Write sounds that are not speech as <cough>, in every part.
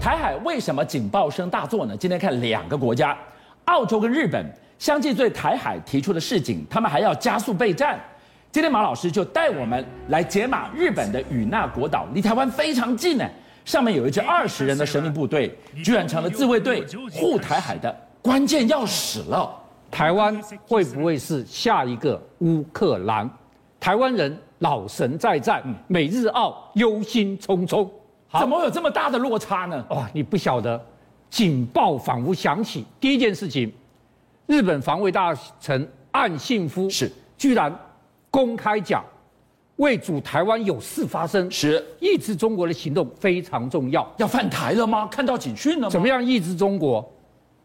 台海为什么警报声大作呢？今天看两个国家，澳洲跟日本相继对台海提出了示警，他们还要加速备战。今天马老师就带我们来解码日本的与那国岛，离台湾非常近呢。上面有一支二十人的神秘部队，居然成了自卫队护台海的关键钥匙了。台湾会不会是下一个乌克兰？台湾人老神在在，嗯美日澳忧心忡忡。好怎么会有这么大的落差呢？哇，你不晓得，警报仿佛响起。第一件事情，日本防卫大臣岸信夫是居然公开讲，为主台湾有事发生，是抑制中国的行动非常重要。要犯台了吗？看到警讯了怎吗？么样抑制中国？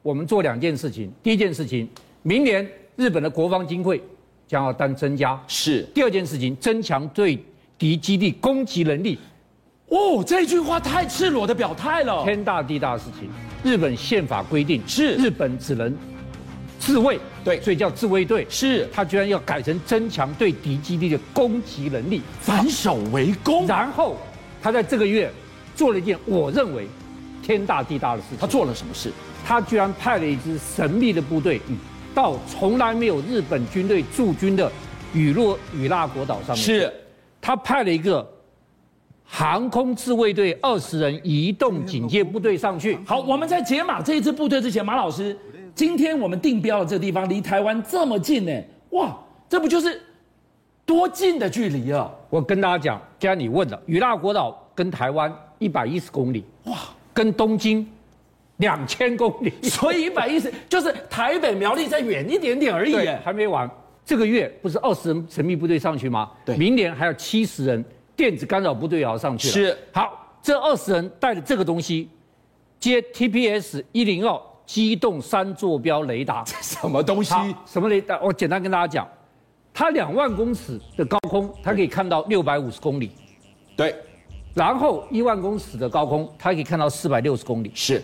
我们做两件事情。第一件事情，明年日本的国防经费将要单增加；是第二件事情，增强对敌基地攻击能力。哦，这句话太赤裸的表态了。天大地大的事情，日本宪法规定哦是日本只能自卫，对所以叫自卫队。是他居然要改成增强对敌基地的攻击能力。反手为攻，然后他在这个月做了一件我认为天大地大的事情。他做了什么事？他居然派了一支神秘的部队，嗯到从来没有日本军队驻军的雨落与那国岛上面。，他派了一个航空自卫队二十人移动警戒部队上去。好，我们在解码这一支部队之前，马老师，今天我们定标的这个地方离台湾这么近呢，哇，这不就是多近的距离啊？我跟大家讲，既然你问了，与那国岛跟台湾一百一十公里，哇， <laughs> 跟东京两千公里，所以一百一十就是 <laughs> 台北苗栗再远一点点而已耶。对，还没完。这个月不是二十人神秘部队上去吗？对明年还有七十人电子干扰部队也要上去了。是好，这二十人带着这个东西，接 TPS 一零二机动三坐标雷达。什么东西好，什么雷达？我简单跟大家讲，它两万公尺的高空，它可以看到六百五十公里，对，然后一万公尺的高空，它可以看到四百六十公里。是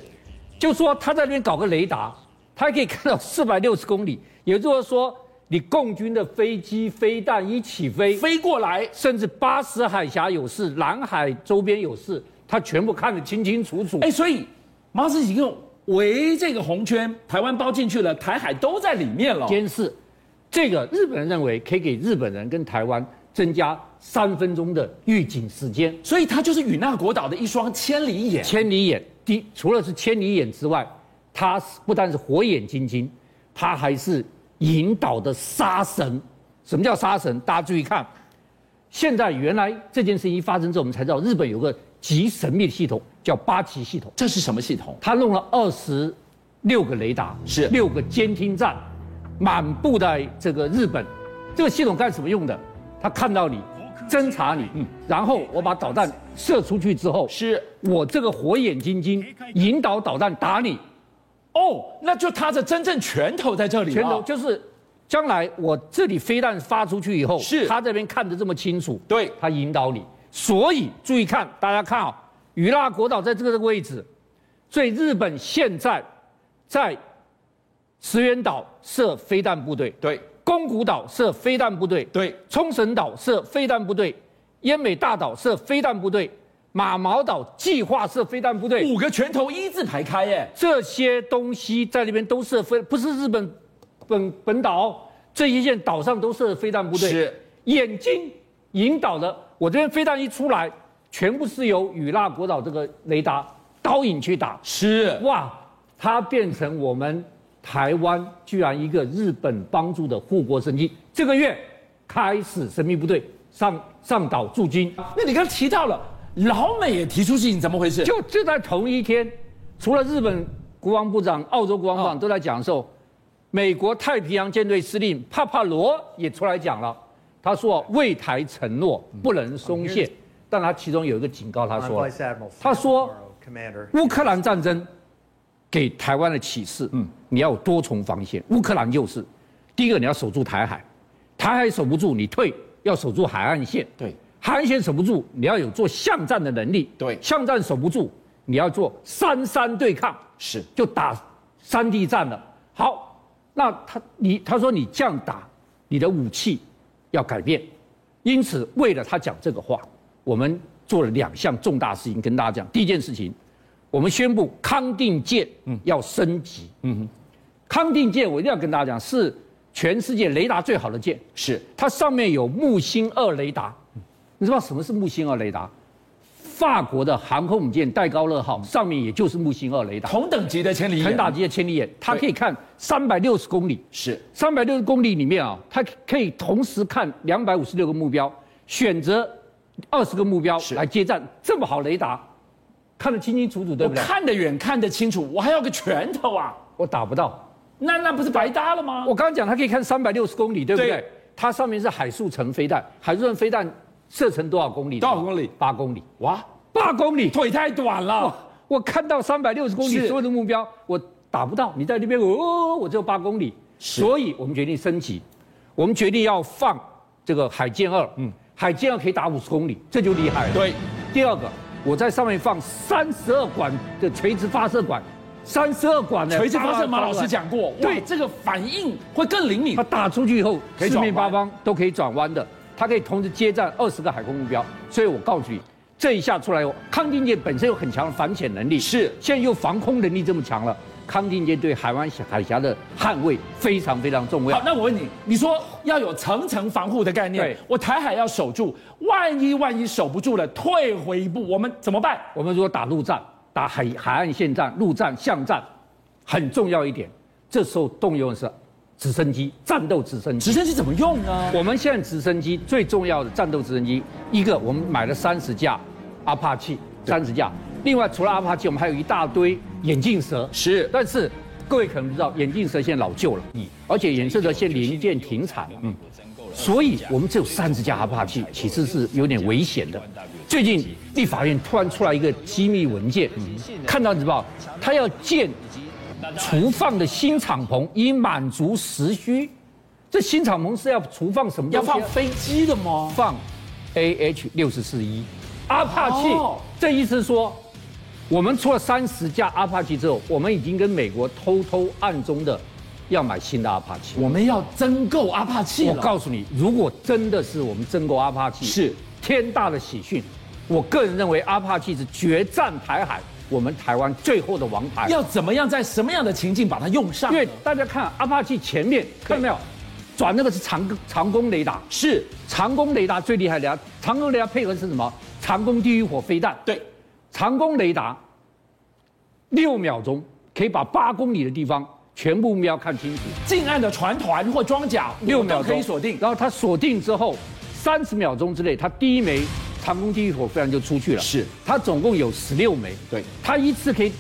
就说他在那边搞个雷达，他还可以看到四百六十公里，也就是说，你共军的飞机、飞弹一起飞，飞过来，甚至巴士海峡有事、南海周边有事，他全部看得清清楚楚。哎，所以马老师已经围这个红圈，台湾包进去了，台海都在里面了。监视，这个日本人认为可以给日本人跟台湾增加三分钟的预警时间。所以它就是与那国岛的一双千里眼。千里眼，第除了是千里眼之外，他是不但是火眼金睛，他还是引导的杀神。什么叫杀神？大家注意看，现在原来这件事情一发生之后，我们才知道日本有个极神秘的系统叫八旗系统，这是什么系统？他弄了二十六个雷达，是六个监听站，满布在这个日本。这个系统干什么用的？他看到你，侦查你，然后我把导弹射出去之后，嗯是我这个火眼金睛引导导弹打你，哦，那就他的真正拳头在这里了。拳头就是将来我这里飞弹发出去以后，是他这边看得这么清楚，对他引导你。所以注意看，大家看啊、与那国岛在这个位置，所以日本现在在石垣岛设飞弹部队，对宫古岛设飞弹部队，对，冲绳岛设飞弹部队，奄美大岛设飞弹部队，马毛岛计划设飞弹部队，五个拳头一字排开耶。这些东西在那边都设飞，不是日本本本岛这一线岛上都设飞弹部队，是眼睛引导的。我这边飞弹一出来，全部是由与那国岛这个雷达导引去打。是哇，它变成我们台湾居然一个日本帮助的护国神器。这个月开始神秘部队上上岛驻军。那你刚提到了，老美也提出事情，怎么回事？就就在同一天，除了日本国防部长、澳洲国防部长哦都在讲的时候，美国太平洋舰队司令帕帕罗也出来讲了，他说为台承诺不能松懈，但他其中有一个警告，他 I'm 说 Vice Admiral 他 Sam 说 Morrow, Commander. 乌克兰战争给台湾的启示，嗯，你要有多重防线。乌克兰就是，第一个你要守住台海，台海守不住你退，要守住海岸线。对，海岸线守不住，你要有做巷战的能力。对巷战守不住，你要做三三对抗，是就打山地战了。好，那他你他说你这样打，你的武器要改变，因此为了他讲这个话，我们做了两项重大事情跟大家讲。第一件事情，我们宣布康定舰要升级。嗯康定舰我一定要跟大家讲，是全世界雷达最好的舰，是它上面有木星二雷达。你知道什么是木星二雷达？法国的航空母舰戴高乐号上面也就是木星二雷达，同等级的千里眼，很打击的千里眼，它对可以看三百六十公里。是三百六十公里里面啊，它可以同时看两百五十六个目标，选择二十个目标是来接战，这么好雷达，看得清清楚楚，对我不对？看得远，看得清楚，我还要个拳头啊，我打不到。那那不是白搭了吗？我刚刚讲它可以看三百六十公里，对不对？对它上面是海速程飞弹，海速程飞弹射程多少公里？多少公里？八公里。哇，八公里！腿太短了，我看到三百六十公里是所有的目标，我打不到。你在那边，哦，我只有八公里，是所以我们决定升级，我们决定要放这个海剑二，嗯，海剑二可以打五十公里，这就厉害了。对，第二个，我在上面放三十二管的垂直发射管，三十二管的垂直发射，马老师管讲过，哇对这个反应会更灵敏它，打出去以后，可以四转面八方都可以转弯的，它可以同时接战二十个海空目标。所以我告诉你，这一下出来，康定舰本身有很强的反潜能力，是现在又防空能力这么强了，康定舰对海湾海峡的捍卫非常非常重好要，。那我问你，你说要有层层防护的概念对，我台海要守住，万一万一守不住了，退回一步，我们怎么办？我们如果打陆战、打海海岸线战、陆战、巷战，很重要一点，这时候动用的是直升机、战斗直升机。直升机怎么用呢？我们现在直升机最重要的战斗直升机，一个我们买了三十架阿帕奇，三十架。另外除了阿帕奇，我们还有一大堆眼镜蛇。是但是各位可能不知道，眼镜蛇现在老旧了，嗯而且眼镜蛇现在零件停产，嗯，所以我们只有三十架阿帕奇，其实是有点危险的。最近立法院突然出来一个机密文件，嗯看到你知道，他要建厨放的新敞篷，以满足时需。这新敞篷是要厨放什么要东西啊？放飞机的吗？放 AH 六十四一阿帕奇哦，这意思是说，我们出了三十架阿帕奇之后，我们已经跟美国偷偷暗中的要买新的阿帕奇。我们要增购阿帕奇我了。告诉你，如果真的是我们真购阿帕奇，是天大的喜讯。我个人认为，阿帕奇是决战台海，我们台湾最后的王牌。要怎么样在什么样的情境把它用上 <laughs> 因呢？为大家看阿帕奇前面看到没有，转那个是长长弓雷达，是，长弓雷达最厉害的雷达，长弓雷达配合是什么？长弓地狱火飞弹。对，长弓雷达六秒钟可以把八公里的地方全部目标看清楚，近岸的船团或装甲，六我们都秒可钟以锁定。然后它锁定之后，三十秒钟之内，它第一枚长弓地狱火飞弹就出去了。是，它总共有十六枚。对，它一次可以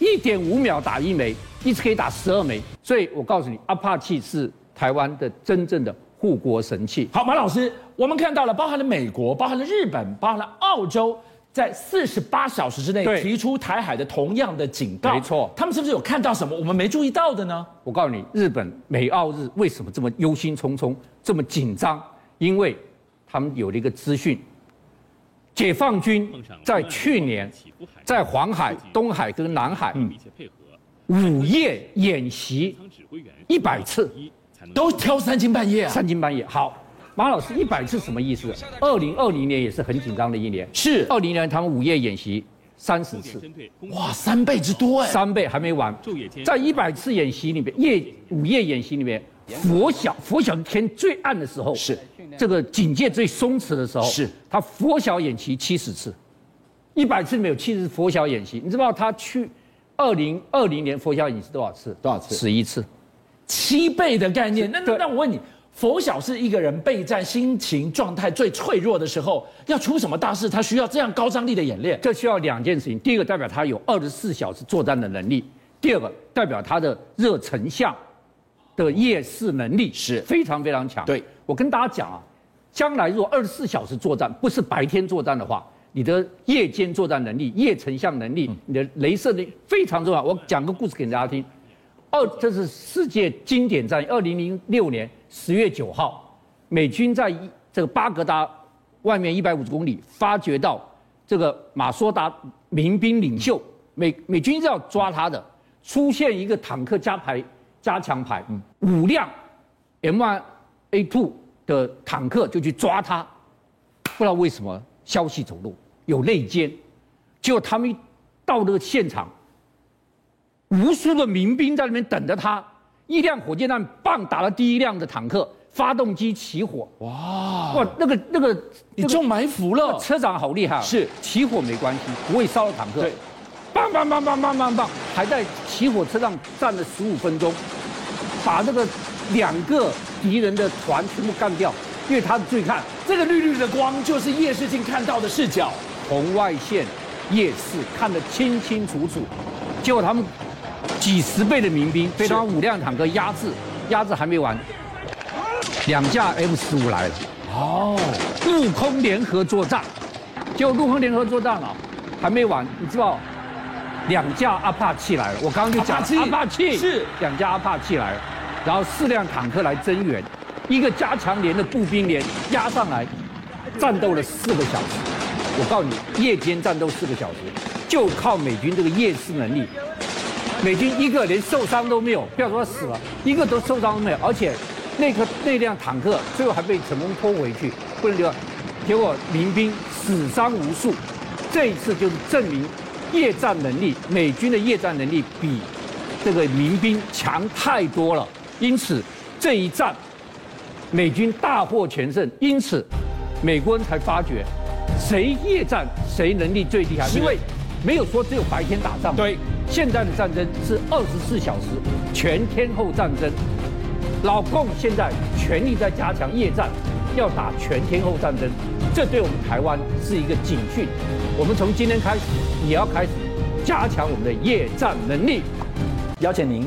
一点五秒打一枚，一次可以打十二枚。所以我告诉你，阿帕奇是台湾的真正的护国神器。好，马老师，我们看到了，包含了美国，包含了日本，包含了澳洲，在四十八小时之内对提出台海的同样的警告。没错他们是不是有看到什么我们没注意到的呢？我告诉你，日本、美、澳日为什么这么忧心忡忡、这么紧张？因为他们有了一个资讯，解放军在去年在黄海、东海跟南海嗯密切配合，午夜演习当指挥员一百次，一才能都挑三更半夜啊！三更半夜。好，马老师，一百次什么意思？二零二零年也是很紧张的一年，是，二零年他们午夜演习三十重点次，针对攻哇，三倍之多哎！三倍还没完。昼夜间在一百次演习里面，夜午夜演习里面，拂晓拂晓天最暗的时候，是这个警戒最松弛的时候，是他拂晓演习七十次，一百次里面有七十拂晓演习，你知不知道他去二零二零年拂晓演习多少次？多少次十一次。七倍的概念。那那对那我问你，佛晓是一个人备战心情状态最脆弱的时候，要出什么大事，他需要这样高张力的演练？这需要两件事情：第一个代表他有二十四小时作战的能力；第二个代表他的热成像的夜视能力是非常非常强。对，我跟大家讲啊，将来如果二十四小时作战不是白天作战的话，你的夜间作战能力、夜成像能嗯力、你的镭射力非常重要。我讲个故事给大家听。二，这是世界经典战役，二零零六年十月九号，美军在一这个巴格达外面一百五十公里发掘到这个马索达民兵领袖，美美军是要抓他的，出现一个坦克加排加强排，五辆 M1A2 的坦克就去抓他，不知道为什么消息走漏有内奸，结果他们一到那个现场，无数的民兵在那边等着他。一辆火箭弹棒打了第一辆的坦克，发动机起火。哇，哇，那个那个，你那个中埋伏了，车长好厉害啊！是起火没关系，不会烧了坦克。对，棒棒棒棒棒棒棒，还在起火车上站了十五分钟，把那个两个敌人的团全部干掉。因为他注意看，这个绿绿的光就是夜视镜看到的视角，红外线夜视看得清清楚楚，结果他们几十倍的民兵被他们五辆坦克压制，压制还没完，两架 F 十五来了。哦，陆空联合作战，结果陆空联合作战啊，还没完，你知道，两架阿帕奇来了，我刚刚就讲阿帕奇了阿帕奇是两架阿帕奇来了，然后四辆坦克来增援，一个加强连的步兵连压上来，战斗了四个小时。我告诉你，夜间战斗四个小时，就靠美军这个夜视能力，美军一个连受伤都没有，不要说死了，一个都受伤都没有，而且那个那辆坦克最后还被成功拖回去，不能留。结果民兵死伤无数，这一次就是证明夜战能力，美军的夜战能力比这个民兵强太多了。因此这一战，美军大获全胜。因此，美国人才发觉，谁夜战谁能力最厉害，是因为没有说只有白天打仗嘛。对现在的战争是二十四小时全天候战争，老共现在全力在加强夜战，要打全天候战争，这对我们台湾是一个警讯。我们从今天开始也要开始加强我们的夜战能力。邀请您